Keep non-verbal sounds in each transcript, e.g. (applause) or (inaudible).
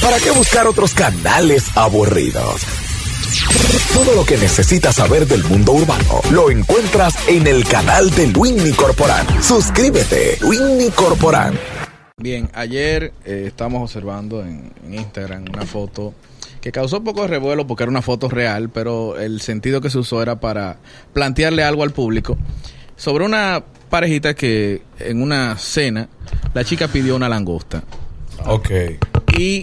¿Para qué buscar otros canales aburridos? Todo lo que necesitas saber del mundo urbano lo encuentras en el canal de Luini Corporán. Suscríbete, Luini Corporán. Bien, ayer eh, estábamos observando en, en Instagram una foto que causó poco de revuelo porque era una foto real, pero el sentido que se usó era para plantearle algo al público sobre una parejita que en una cena la chica pidió una langosta Ok. y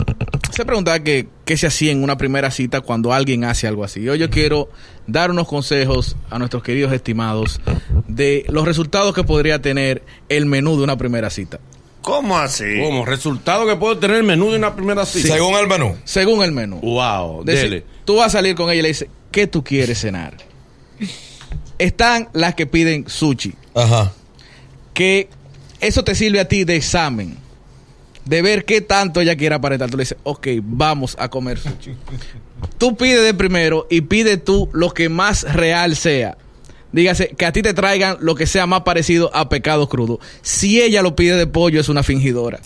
se preguntaba que qué se hacía en una primera cita cuando alguien hace algo así. Hoy yo quiero dar unos consejos a nuestros queridos estimados de los resultados que podría tener el menú de una primera cita, ¿Cómo así? Como resultado que puedo tener el menú de una primera cita. Según el menú. según el menú. Wow, Decir, Uh, dele. tú vas a salir con ella y le dices, ¿qué tú quieres cenar? Están las que piden sushi, Ajá. que eso te sirve a ti de examen, de ver qué tanto ella quiera aparentar. Tú le dices, ok, vamos a comer sushi. tú pides de primero y pide tú lo que más real sea. Dígase, que a ti te traigan lo que sea más parecido a pecado crudo. Si ella lo pide de pollo, es una fingidora.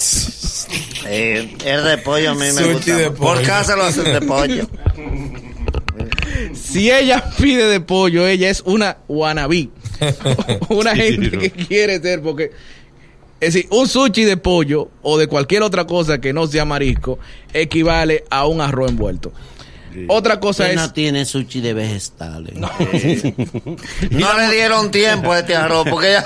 Eh, el de pollo a mí me Sushi gusta. de más. pollo. Por casa lo hacen (laughs) de pollo. Si ella (laughs) pide de pollo, ella es una (laughs) wannabe. una gente que quiere ser, porque. Es decir, un sushi de pollo o de cualquier otra cosa que no sea marisco equivale a un arroz envuelto. Otra cosa Usted es. no tiene sushi de vegetales. No le dieron tiempo a este arroz porque ella,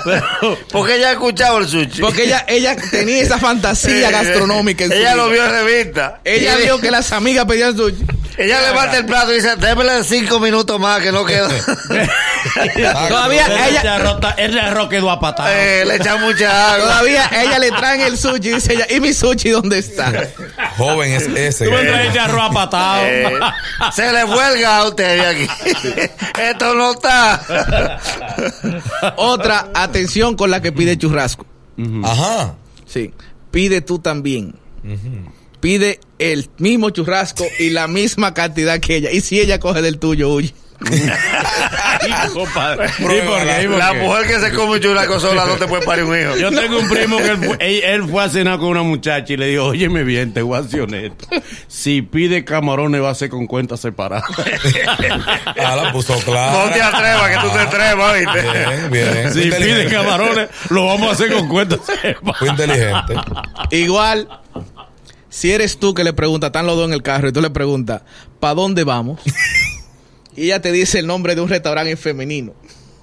porque ella ha escuchado el sushi. Porque ella, ella tenía esa fantasía (laughs) Eh, gastronómica en su Ella vida. lo vio en revista. Ella Y- vio que las amigas pedían sushi. Ella levanta el plato y dice, démele cinco minutos más que (laughs) no queda. Todavía Ese ella, arroz, ta- ese arroz quedó a patada. (laughs) Eh, le echa mucha agua. todavía ella le traen el sushi y dice ella, ¿y mi sushi dónde (laughs) está? Joven es ese. Tú me traes ese arroz apatado. (laughs) Eh, se le vuelga a usted de aquí. (laughs) Esto no está. Otra atención con la que pide churrasco. Ajá. Sí. Pide tú también. Pide el mismo churrasco y la misma cantidad que ella. Y si ella coge del tuyo, huye. (laughs) compadre. Sí, Pruébala. porque, sí, ah, La porque mujer que se come un churrasco sola no te puede parir un hijo. Yo tengo un primo que él fue, él- él fue a cenar con una muchacha y le dijo, óyeme bien, te voy a ser honesto. Si pide camarones va a ser con (laughs) cuentas separadas. Ah, la puso clara. No te atrevas, que tú te atrevas, Eh, ¿viste? (laughs) Bien, bien. Fue Si pide inteligente. camarones, lo vamos a hacer con cuentas separadas. Fue inteligente. Igual, si eres tú que le preguntas, están los dos en el carro y tú le preguntas, ¿para dónde vamos? Y ella te dice el nombre de un restaurante en femenino.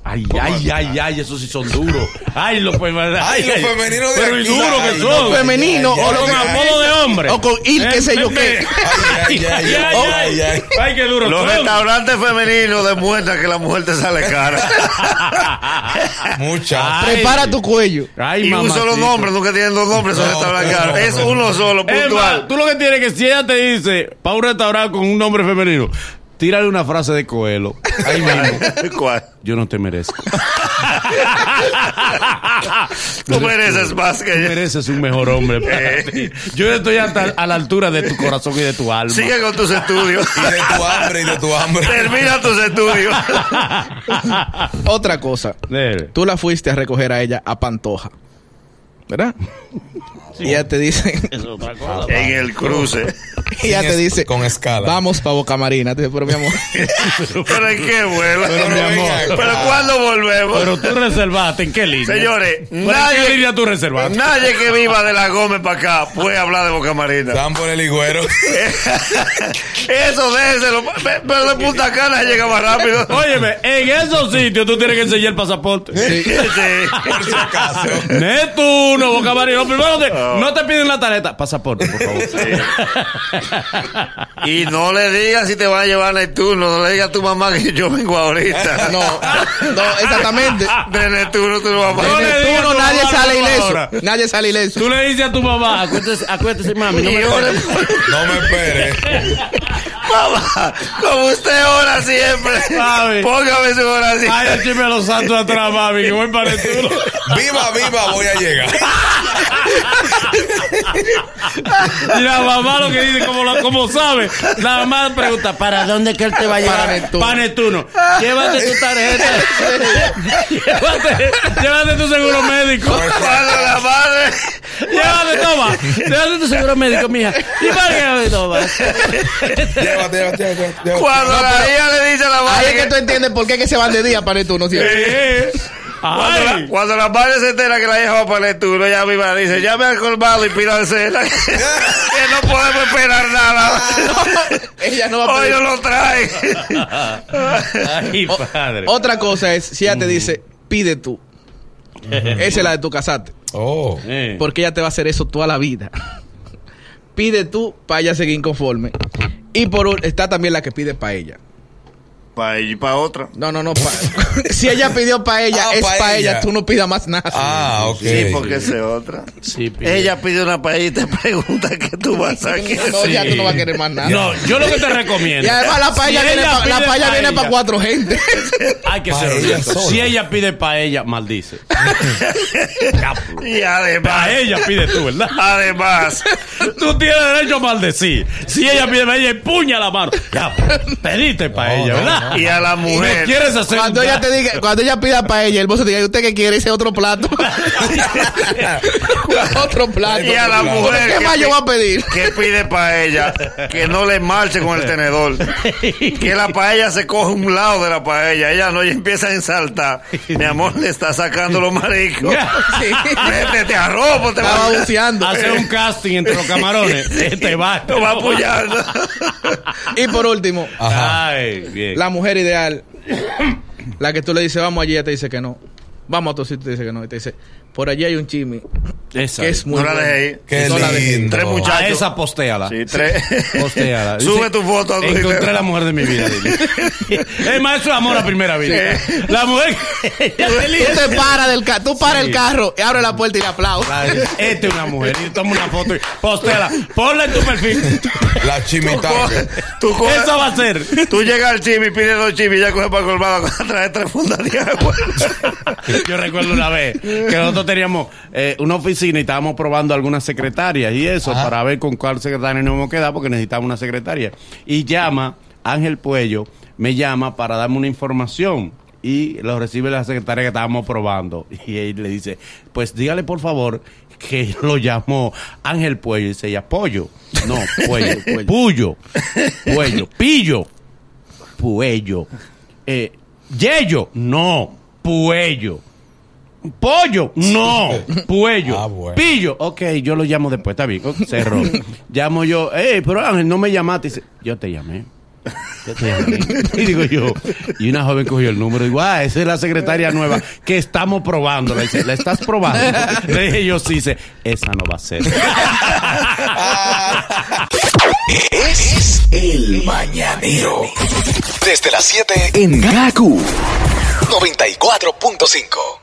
Ay, ay, ay, ay, esos sí son duros. Ay, los femeninos. Ay, los femeninos de Pero y aquí. duros Ay, que no, son. femenino, O o con lo que- apodo de hombre. o con il, qué sé yo qué. (laughs) Ay, ay, ay, Oh, ay, ay. Ay, qué duro. Los son. restaurantes femeninos demuestran que la mujer te sale cara. Muchas. Ay. Ah. Prepara tu cuello. (laughs) Ay, Y un mamacita. solo nombre, nunca tienen dos nombres esos No, restaurantes no, caros. no, Es no. uno solo, Es puntual. más, tú lo que tienes que si ella te dice para un restaurante con un nombre femenino, tírale una frase de Coelho. Ahí mismo. (laughs) ¿Cuál? Yo no te merezco. Tú mereces más Tú que yo. mereces un mejor hombre. para ti. Yo estoy hasta a la altura de tu corazón y de tu alma. Sigue con tus (laughs) estudios. Y de tu hambre, y de tu (laughs) hambre. Termina tus estudios. Otra cosa, Dele. tú la fuiste a recoger a ella a Pantoja. (laughs) ¿Verdad? Y ella te dice, en el cruce. (laughs) y ella te es- dice, con escala. Vamos para Boca Marina. Te dice, pero mi (laughs) amor. Pero en qué vuelo. Pero, mi amor. cuando volvemos. Pero tú reservaste, ¿en qué línea? Señores, ¿Por ¿En qué línea nadie, tú reservaste? nadie que viva de la Gómez para acá puede hablar de Boca Marina. Dan por el higüero. Eso déjeselo. Pe- Pero de Punta Cana llega más rápido. Óyeme, en esos sitios tú tienes que enseñar el pasaporte. (laughs) Sí. Por si acaso. Neptuno, Boca (laughs) Marino. Primero, te- Oh. no te piden la tarjeta. Pasaporte, por favor. Y no le digas si te van a llevar Neptuno. No le digas a tu mamá que yo vengo ahorita. (laughs) No, no, exactamente. De Neptuno tu mamá. No le digas Neptuno tu nadie mamá, sale tu mamá ileso. ahora. Nadie sale ileso. Tú le dices a tu mamá, Acuérdese, acuérdese, mami. No Y me ore- No me esperes. Papá, como usted ora siempre. Sabe. Póngame su oración. Ay, écheme los santos atrás, mami, que voy para el tulo. Viva, viva, voy a llegar. Y la mamá lo que dice, como, lo- como sabe, la mamá pregunta, ¿para dónde que él te va a llevar? Para Neptuno. Para Neptuno. Llévate (laughs) tu tarjeta. (laughs) llévate, llévate tu seguro médico. Cuando la madre. Llévate, toma. Llévate tu seguro médico, mija. ¿Y para qué toma? Llévate, llévate, llévate. llévate. Cuando la hija le dice a la Ahí madre. es que que- tú entiendes por qué que se van de día para tú, ¿no cierto? Eh, Cuando Ay. la, cuando la madre se entera que la hija va para el turno, ella misma dice, llame al colmado y pida cena. (laughs) que no podemos esperar nada. (laughs) Ella Ah, no va a Hoy pedir. no lo trae. Ay, O- padre. Otra cosa es, si ella Mm. te dice, pide tú. Esa es la de tu casate. Oh. Eh. Porque ella te va a hacer eso toda la vida. (laughs) pide tú para ella seguir conforme. Y por ul- está también la que pide para ella. para ella y para otra. No, no, no. pa- (laughs) si ella pidió para ella, Ah, es pa' para ella. ella. Tú no pidas más nada. Ah, ok. Sí, porque esa es otra. Sí, pide. Ella pide una paella y te pregunta qué tú vas a querer. No, ya Sí. tú no vas a querer más nada. No, yo lo que te recomiendo. Y además la paella Si viene ella para la pide paella viene pa' paella, cuatro gente. (laughs) (laughs) Hay que ser Paella honesto. sola. Si ella pide paella, maldice. Y además, Paella pide tú, ¿verdad? además, Tú tienes derecho a maldecir. Si ella pide paella, empuña la mano. Ya, pediste paella, No, no, ¿verdad? y a la Y no mujer. quieres hacer cuando un ella te diga, cuando ella pida para ella, el bolso te diga, ¿usted qué quiere? Ese otro (laughs) plato. (laughs) otro plato. Y a la Bueno, mujer ¿Qué que más pi- yo voy a pedir? ¿Qué pide paella? Que no le marche con el tenedor. Que la paella se coge un lado de la paella. Ella no, ella empieza a ensaltar. Mi amor, le está sacando los maricos. Sí. Métete a robo, te Estaba va a... buceando. Hacer un casting entre los (laughs) camarones. Este va. Te va a apoyar. Y por último, Ajá. Ay, bien. la mujer ideal, la que tú le dices, vamos allí, ella te dice que no. Vamos a otro sitio, te dice que no. Y te dice, por allí hay un chimi, Esa. que es muy No la bueno. dejes ahí. Qué No la dejes. lindo. Tres muchachos. A esa postéala. Sí, tres. Postéala. Dice, Sube tu foto a tu Encontré Instagram. la mujer de mi vida. dile. (laughs) es más, eso es amor a primera vista. La mujer. ella te Tú elige. te paras del carro, tú paras el carro, y abre la puerta y le aplaudes. Ay, Esta es una mujer. Y toma una foto y postéala. Ponla en tu perfil. La (laughs) chimitanga. Tú coges- Eso va a ser. Tú llegas al chimi, pides dos chimis, ya coges para colmado a traer tres fundas de agua. (laughs) Yo recuerdo una vez que nosotros teníamos eh, una oficina y estábamos probando algunas secretarias y eso para ver con cuál secretaria nos hemos quedado porque necesitábamos una secretaria. Y llama Ángel Puello, me llama para darme una información y lo recibe la secretaria que estábamos probando. (laughs) Y él le dice, pues dígale por favor que (laughs) lo llamó Ángel Puello. Y dice ella, Pollo. No, Puello. Puyo. Puello. Pillo. Puello. Eh, Yello, no, puello. Pollo, no, (laughs) puello. Ah, bueno. Pillo, ok, yo lo llamo después, está bien, (laughs) cerró. llamo yo, hey, pero Ángel, no me llamaste. Dice, yo te llamé. Yo te llamé. (laughs) Y digo yo, y una joven cogió el número y digo, ah, esa es la secretaria nueva que estamos probando. Le dice, ¿la estás probando? (laughs) Le dije yo, sí, dice, esa no va a ser. Es el mañanero. Desde las 7 en Gaku 94.5.